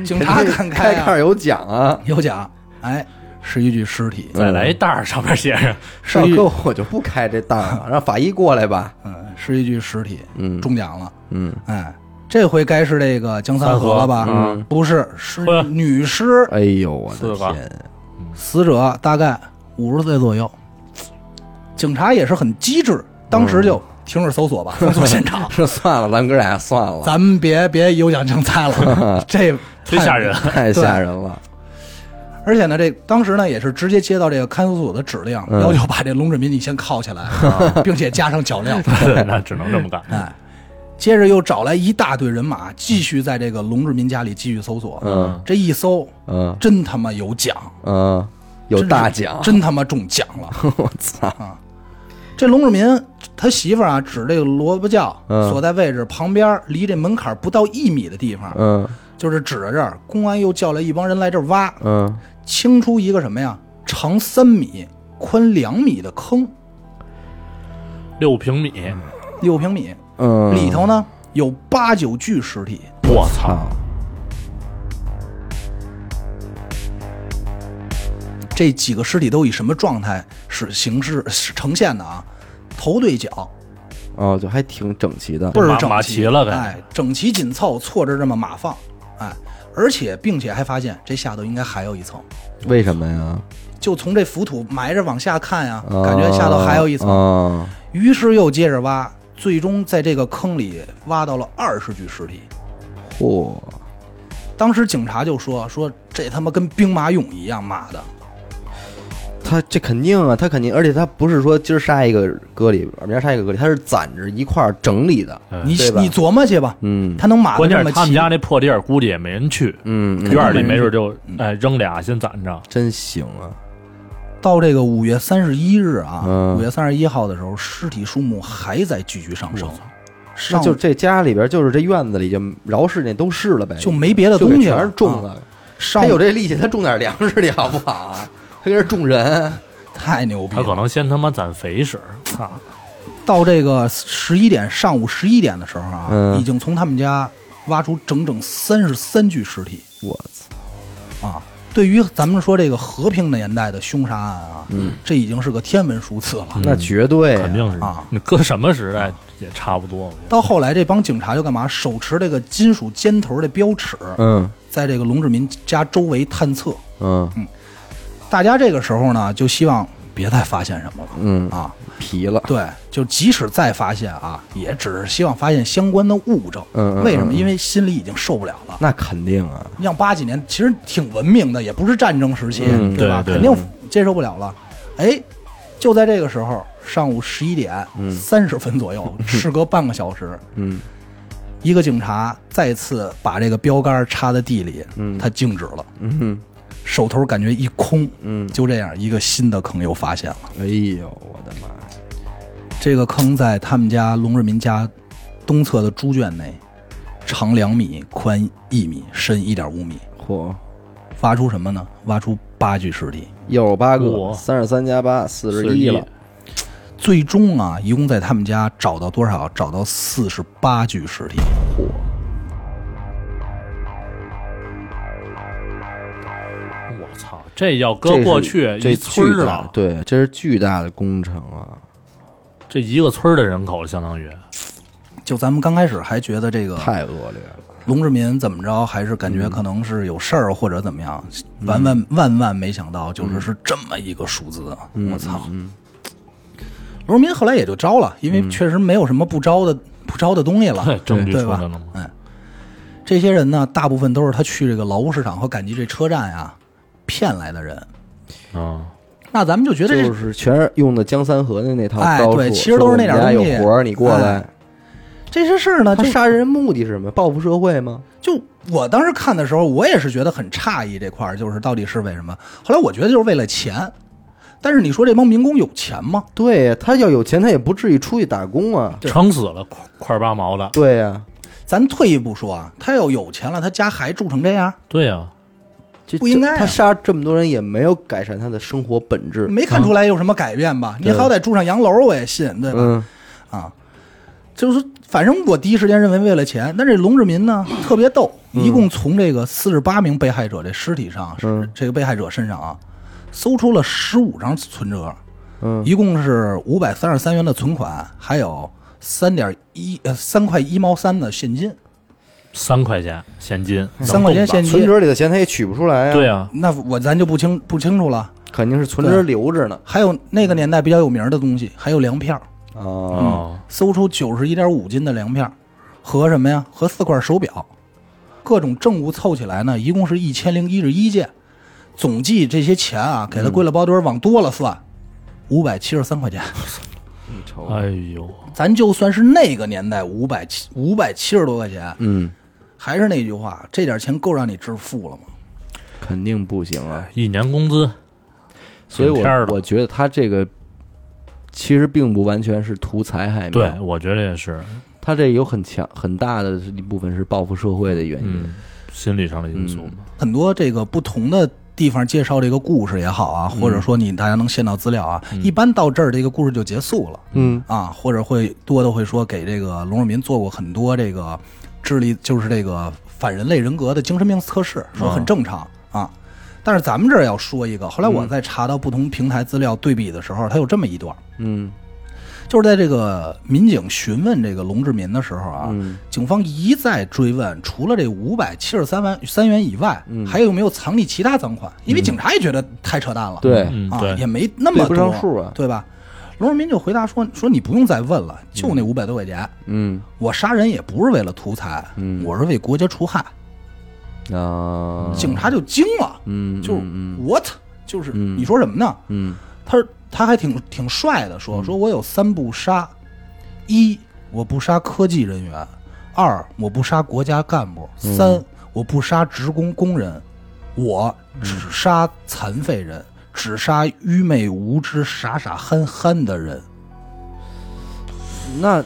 警察敢
[laughs]
开
开盖
啊，
有奖啊！
有奖，哎，是一具尸体。
嗯
再来一袋儿，上面写着
是
上
一
课我就不开这档了，让法医过来吧。
嗯，是一具尸体，
嗯
中奖了，
嗯，
哎，这回该是这个江三河了吧？
三河嗯
不是，是
呵
女尸，
哎呦我
四
的
个
天，，
死者大概五十岁左右。警察也是很机智，当时就停止搜索吧，封锁现场
这算了，咱哥俩算了，
咱们别别有奖竞猜了，这
忒
太
吓人。
太吓人了。
而且呢，这当时呢也是直接接到这个看守所的指令，
嗯
要求把这龙志民你先铐起来，并且加上脚镣。
对， [laughs] 那只能这么干。
哎，接着又找来一大队人马，继续在这个龙志民家里继续搜索。
嗯
这一搜，
嗯
真他妈有奖，
嗯，有
真是
大奖，
真他妈中奖了！
我操！
这龙志民他媳妇儿啊，指这个萝卜窖
嗯
所在位置旁边，离这门槛不到一米的地方，
嗯
就是指着这儿。公安又叫来一帮人来这儿挖，
嗯，
清出一个什么呀？长三米、宽两米的坑，
六平米，
六平米，
嗯，
里头呢有八九具尸体。
我操！
啊，
这几个尸体都以什么状态是形式是呈现的啊？头对脚，
哦，就还挺整齐的
倍。儿
马
整
马
齐
齐了呗
哎，整齐紧凑，错着这么码放，哎，而且并且还发现这下头应该还有一层，
为什么呀？
就从这浮土埋着往下看呀、
啊
感觉下头还有一层，
啊，
于是又接着挖，最终在这个坑里挖到了二十具尸体。
嚯，
当时警察就说说这他妈跟兵马俑一样，妈的，
他这肯定啊，他肯定，而且他不是说今儿杀一个搁里，明儿杀一个搁里，他是攒着一块儿整理的。
哎
你
对吧
你琢磨去吧，
嗯
他能码得
关键
这
是
么
他们
齐
家那破地儿，估计也没人去，
嗯，嗯
院儿里没准就哎扔俩先攒着。
真行啊！
到这个五月三十一日啊，
嗯
五、月三十一号的时候，尸体数目还在继续上升，
那
上
就这家里边，就是这院子里就饶是那都是了呗，
就没别的
就给
东西了啊
全是种的。
上
他有这力气，他种点粮食去好不好啊？ [laughs] 他跟这种人，
太牛逼
他可
了。
能先他妈攒肥食，操！
到这个十一点，上午十一点的时候啊，
嗯
已经从他们家挖出整整三十三具尸体
我操！
啊。对于咱们说这个和平年代的凶杀案啊，嗯，这已经是个天文数字了。
那绝对啊
肯定是
啊
你搁什么时代也差不多。我觉得
到后来，这帮警察就干嘛？手持这个金属尖头的标尺，
嗯
在这个龙志民家周围探测。
嗯
大家这个时候呢，就希望别再发现什么了。
嗯，
啊，
皮了，
对，就即使再发现啊，也只是希望发现相关的物证。
嗯嗯
为什么？因为心里已经受不了了。
那肯定啊。
你像八几年，其实挺文明的，也不是战争时期，
嗯
吧？
对
肯定接受不了了。哎，就在这个时候，上午十一点三十分左
[laughs]
右，事隔半个小时，
嗯，
一个警察再次把这个标杆插在地里，他静止了，
嗯哼，
手头感觉一空，
嗯
就这样一个新的坑又发现了。
哎呦，我的妈呀！
这个坑在他们家龙日民家东侧的猪圈内，长两米，宽一米，深一点五米，
嚯，
挖出什么呢？挖出八具尸体。
又有八个，
哇
三十三加八，四十
41
了。
最终啊，一共在他们家找到多少？找到四十八具尸体。
我操，这要
这
搁
是
过去
这
一村
巨
儿
大
了，
对，这是巨大的工程啊！
这一个村儿的人口相当于，
就咱们刚开始还觉得这个
太恶劣了，
龙志民怎么着，还是感
嗯
觉可能是有事儿或者怎么样，万万万万没想到，就是是这么一个数字，啊
嗯
我操！龙志民后来也就招了，因为确实没有什么不招的不招的东西了，
嗯证据
对
出来
吧哎
了吗？
这些人呢，大部分都是他去这个劳务市场和赶集这车站啊骗来的人。
嗯，
那咱们就觉得这
就是全是用的江三河的那套
哎
招数。
对其实都是那点
说我们
东
家
西
有活儿，你过来
哎。这些事儿呢，
他
就
杀人目的是什么？报复社会吗？
就我当时看的时候，我也是觉得很诧异这块儿，就是到底是为什么？后来我觉得就是为了钱。但是你说这帮民工有钱吗？
对呀，他要有钱，他也不至于出去打工啊。
对
撑死了，块块八毛的，
对呀，
咱退一步说啊，他要有钱了，他家还住成这样，
对啊呀，
这
不应该啊
这他杀这么多人也没有改善他的生活本质。
没看出来有什么改变吧？你好歹住上洋楼，我也信，对吧？
嗯，
啊，就是反正我第一时间认为为了钱，但这龙志民呢
嗯
特别逗，一共从这个四十八名被害者这尸体上，是、
嗯
这个被害者身上啊，搜出了十五张存折，
嗯
一共是五百三十三元的存款，还有三点一呃三块一毛三的现金，
三块钱现金，
三块钱现
嗯存
金，
折里的钱他也取不出来啊。
对，呀，
那我咱就不清不清楚了。
肯定是存折留着呢。
还有那个年代比较有名的东西，还有粮票，
啊，
哦，
搜出九十一点五斤的粮票和什么呀？和四块手表，各种证物凑起来呢，一共是一千零一十一件。总计这些钱啊，给他归了包堆儿，往多了算，五百七十三块钱。
你瞅
哎呦，
咱就算是那个年代五百七五百七十多块钱，
嗯，
还是那句话，这点钱够让你致富了吗？
肯定不行啊。
一年工资，
所以
顶天儿
我
了
我觉得他这个其实并不完全是图财害命，
对，我觉得也是，
他这有很强很大的一部分是报复社会的原因。
嗯，心理上的因素嘛，
很多这个不同的地方介绍这个故事也好啊，或者说你大家能献到资料啊，一般到这儿这个故事就结束了。
嗯
啊，或者会多的会说给这个龙若民做过很多这个智力，就是这个反人类人格的精神病测试，说很正常、啊。但是咱们这儿要说一个，后来我在查到不同平台资料对比的时候，它有这么一段，
嗯
就是在这个民警询问这个龙志民的时候啊，警方一再追问，除了这五百七十三万三元以外，还有没有藏匿其他赃款？因为警察也觉得太扯淡了，
对
嗯，
啊，也
对，
没那么
对不
多，
上数啊
对吧？龙若民就回答说：“说你不用再问了，就那五百多块钱，
嗯
我杀人也不是为了图财，我是为国家除害。
啊，
警察就惊了，
嗯
就是
嗯
what，就是你说什么呢？
嗯
他他还挺挺帅的说，说我有三不杀，一我不杀科技人员，二我不杀国家干部，
嗯
三我不杀职工工人，我
嗯
只杀残废人，只杀愚昧无知、傻傻憨憨的人。
嗯，那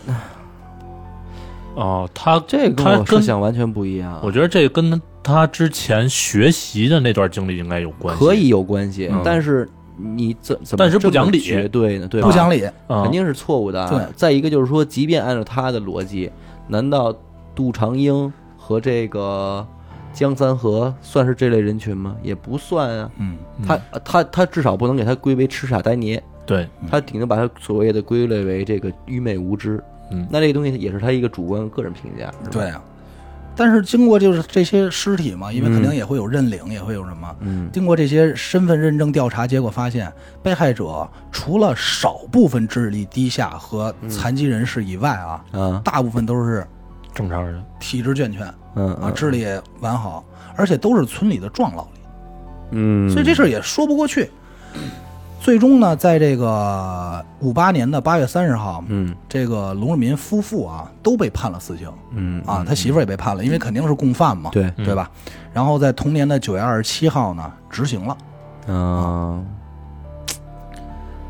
哦，他
这跟
他
我设
跟
想完全不一样啊。
我觉得这跟他之前学习的那段经历应该有关系，
可以有关系
嗯，
但是你怎怎么
但是不
这么
讲理
绝对呢？对吧，
不讲理，
啊，
肯定是错误的、啊。
对
再一个就是说，即便按照他的逻辑，难道杜长英和这个江三河算是这类人群吗？也不算啊。
嗯，
他他他至少不能给他归为痴傻呆捏，
对，
嗯
他顶多把他所谓的归类为这个愚昧无知。
嗯
那这个东西也是他一个主观个人评价。
对啊。但是经过就是这些尸体嘛，因为肯定也会有认领，也会有什么。
嗯，
经过这些身份认证调查，结果发现被害者除了少部分智力低下和残疾人士以外啊，
啊，
大部分都是
正常人，
体质健全
嗯
啊，智力也完好，而且都是村里的壮劳力，
嗯，
所以这事儿也说不过去。最终呢，在这个五八年的八月三十号，
嗯
这个龙志民夫妇啊都被判了死刑
嗯
啊，他媳妇儿也被判了，因为肯定是共犯嘛，
对嗯
对吧？然后在同年的九月二十七号呢，执行了。
啊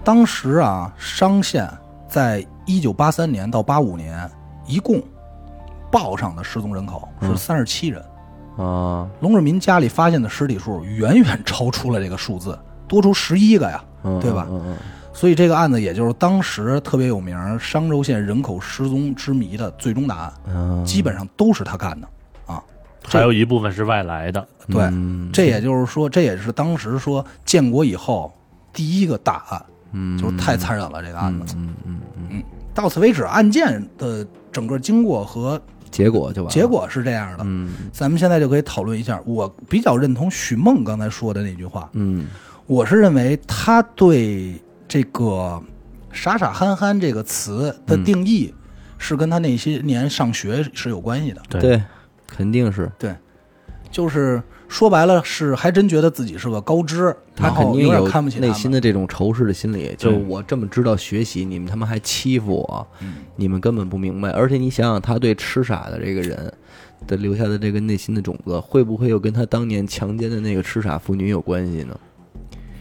当时啊，商县在一九八三年到八五年，一共报上的失踪人口
嗯
是三十七人，
啊，
龙志民家里发现的尸体数远远超出了这个数字，多出十一个呀，
嗯
对吧
嗯嗯
所以这个案子也就是当时特别有名儿商州县人口失踪之谜的最终答案，
嗯，
基本上都是他干的啊。
还有一部分是外来的，
对，
嗯
这也就是说，这也是当时说建国以后第一个大案，
嗯
就是太残忍了这个案子。
嗯嗯嗯，
到此为止，案件的整个经过和
结果就完了，
结果是这样的。
嗯
咱们现在就可以讨论一下，我比较认同许梦刚才说的那句话，
嗯
我是认为他对这个“傻傻憨憨”这个词的
嗯
定义，是跟他那些年上学是有关系的。
对
对，肯定是
对，就是说白了是还真觉得自己是个高知，
他
然
肯
后
定
点
有
看不起他
内
们
心的这种仇视的心理，就是
对
我这么知道学习，你们他妈还欺负我，
嗯
你们根本不明白。而且你想想，他对痴傻的这个人的留下的这个内心的种子，会不会又跟他当年强奸的那个痴傻妇女有关系呢？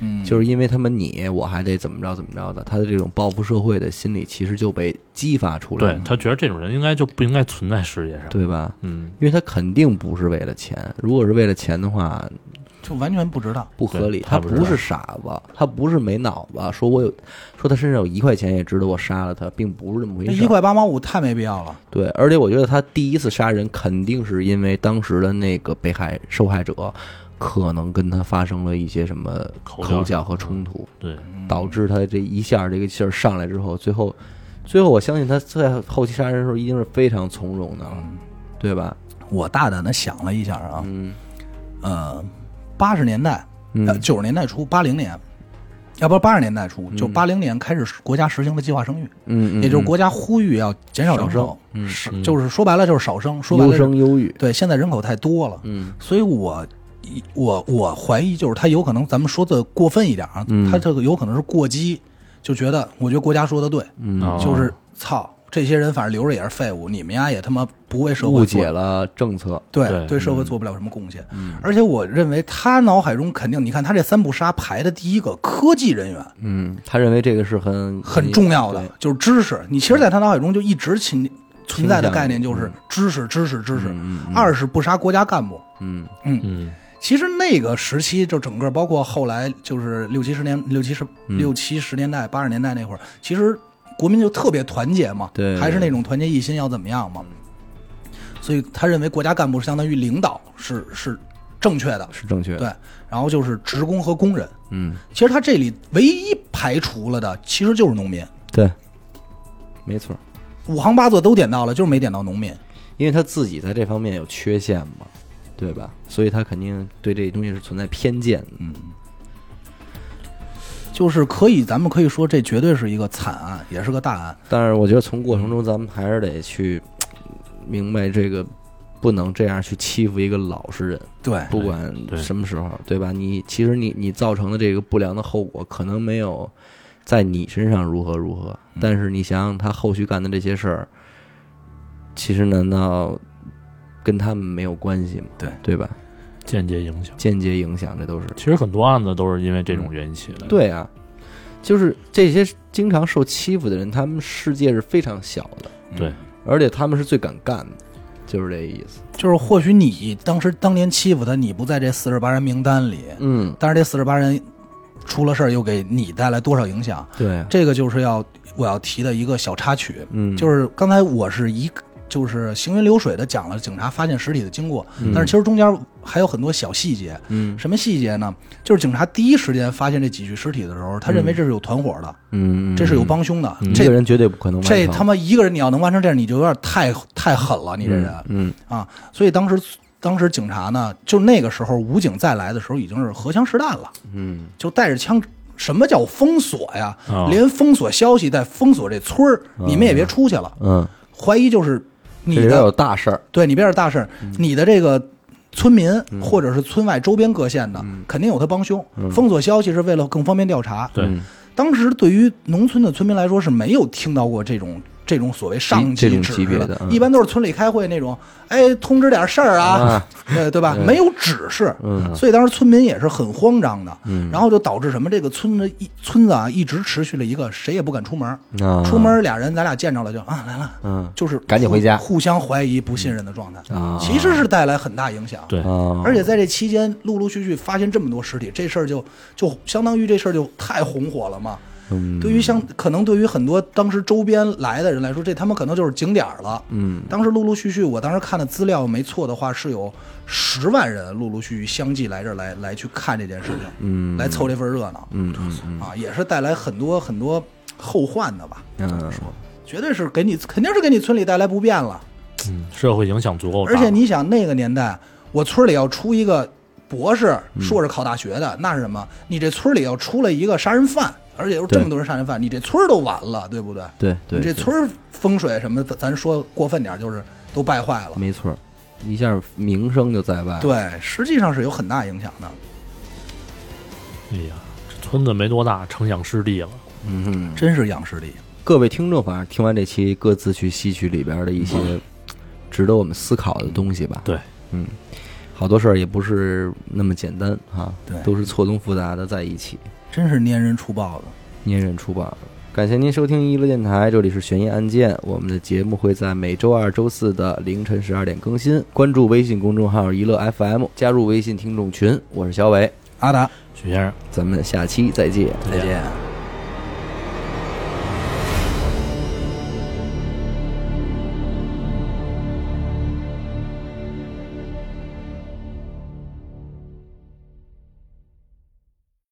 嗯，
就是因为他们你，我还得怎么着怎么着的，他的这种报复社会的心理，其实就被激发出来
对
了，
他觉得这种人应该就不应该存在世界上。
对吧？
嗯，
因为他肯定不是为了钱，如果是为了钱的话，
就完全不知道。
不合理。
对
他
他不
不
是
是傻子，他不是没脑子。说我有，说他身上有一块钱也值得我杀了他，并不是这么回
这
事。
一块八毛五太没必要了。
对，而且我觉得他第一次杀人肯定是因为当时的那个被害受害者可能跟他发生了一些什么
口
口角
角
和冲突，
对，
导致他这一下这个气儿上来之后，最后，最后我相信他在后期杀人的时候一定是非常从容的了，对吧？
我大胆的想了一下啊，嗯，呃，八十年代，
嗯
呃，九十年代初，八零年，要不八十年代初，就八零年开始国家实行的计划生育，
嗯嗯，嗯
也就是国家呼吁要减少人
少嗯
口，是、就是说白了就是少生，说白
优
了是
生优育，
对，现在人口太多了，
嗯，
所以我我我怀疑就是他有可能，咱们说的过分一点啊，
嗯
他这个有可能是过激，就觉得我觉得国家说的对，
嗯
哦
就是操这些人反正留着也是废物，你们呀也他妈不为社会做
误解了政策，
对
对
社会做不了什么贡献。而且我认为他脑海中肯定，你看他这三不杀排的第一个科技人员
嗯，他认为这个是很
很重要的，就是知识。你其实，在他脑海中就一直存存在的概念
嗯
就是知识，知识，知识。二是不杀国家干部。
嗯
嗯，
其实那个时期，就整个包括后来就是六七十年、六七十、
嗯
六七十年代、八十年代那会儿，其实国民就特别团结嘛，
对嗯
还是那种团结一心要怎么样嘛。所以他认为国家干部相当于领导是是正确的，
是正确的。
对，然后就是职工和工人。
嗯，
其实他这里唯一排除了的，其实就是农民。
对，没错，
五行八作都点到了，就是没点到农民。
因为他自己在这方面有缺陷嘛，对吧？所以他肯定对这东西是存在偏见的。
就是可以，咱们可以说这绝对是一个惨案，也是个大案。
但是我觉得从过程中，咱们还是得去明白这个。不能这样去欺负一个老实人，
哎对，
不管
对
什么时候，对吧？你其实你你造成的这个不良的后果，可能没有在你身上如何如何，
嗯
但是你想想他后续干的这些事儿，其实难道跟他们没有关系吗？
对
对吧？
间接影响。
间接影响，这都是
其实很多案子都是因为这种缘起的。，
对啊，就是这些经常受欺负的人，他们世界是非常小的，
嗯
对，
而且他们是最敢干的，就是这意思。
就是或许你当时当年欺负他，你不在这四十八人名单里，
嗯，
但是这四十八人出了事儿，又给你带来多少影响？
对啊，
这个就是要我要提的一个小插曲，
嗯，
就是刚才我是一个就是行云流水的讲了警察发现尸体的经过，但是其实中间还有很多小细节。
嗯
什么细节呢？就是警察第一时间发现这几具尸体的时候，他认为这是有团伙的，
嗯，嗯
这是有帮凶的。
嗯这个
这
人绝对不可能完
这
成
他妈一个人你要能完成这样，你就有点太太狠了，你这人、
嗯
啊！所以当时当时警察呢，就那个时候武警再来的时候已经是荷枪实弹了，
嗯
就带着枪。什么叫封锁呀？
哦
连封锁消息带封锁这村儿，你们也别出去了。
嗯，
怀疑就是你
这人有嗯
的，
大事儿，
对你别是大事儿，你的这个村民
嗯
或者是村外周边各县的，肯定有他帮凶。封锁消息是为了更方便调查。
对，
当时对于农村的村民来说是没有听到过这种这种所谓上
这
级
种
指
级别
示
的嗯
一般都是村里开会那种，哎，通知点事儿啊
啊，
呃，对吧？没有指示，
嗯
所以当时村民也是很慌张的，
嗯
然后就导致什么？这个村子一村子啊，一直持续了一个谁也不敢出门，
啊，
出门俩人咱俩见着了就啊来了，
嗯
就是
赶紧回家
互互相怀疑、不信任的状态，
啊
其实是带来很大影响。
对
啊，
而且在这期间，陆陆续续发现这么多尸体，这事儿就就相当于这事儿就太红火了嘛。
嗯
对于像可能对于很多当时周边来的人来说，这他妈可能就是景点儿了。
嗯，
当时陆陆续续，我当时看的资料没错的话，是有十万人陆陆续续相继来这儿来来去看这件事情，嗯，来凑这份热闹，
嗯嗯嗯
啊，也是带来很多很多后患的吧，
嗯，
绝对是给你肯定是给你村里带来不便了。
嗯社会影响足够大。
而且你想那个年代，我村里要出一个博士、
嗯
硕士考大学的，那是什么？你这村里要出来一个杀人犯，而且又这么多人杀人犯，你这村儿都完了，对不对？
对对，
你这
对
村儿风水什么的，咱说过分点儿，就是都败坏了。
没错儿，一下名声就在外。，
对，实际上是有很大影响的。
哎呀，这村子没多大，成养湿地了。
嗯哼，
真是养尸体。
各位听众，反正听完这期，各自去吸取里边的一
嗯
些值得我们思考的东西吧。
对，
嗯，好多事儿也不是那么简单啊，
对
都是错综复杂的在一起，
真是粘人出豹子。
粘人出吧。感谢您收听一乐电台，这里是悬疑案件。我们的节目会在每周二、周四的凌晨十二点更新。关注微信公众号“一乐 FM”，加入微信听众群。我是小伟，
阿达，
许先生，
咱们下期再见。
再见。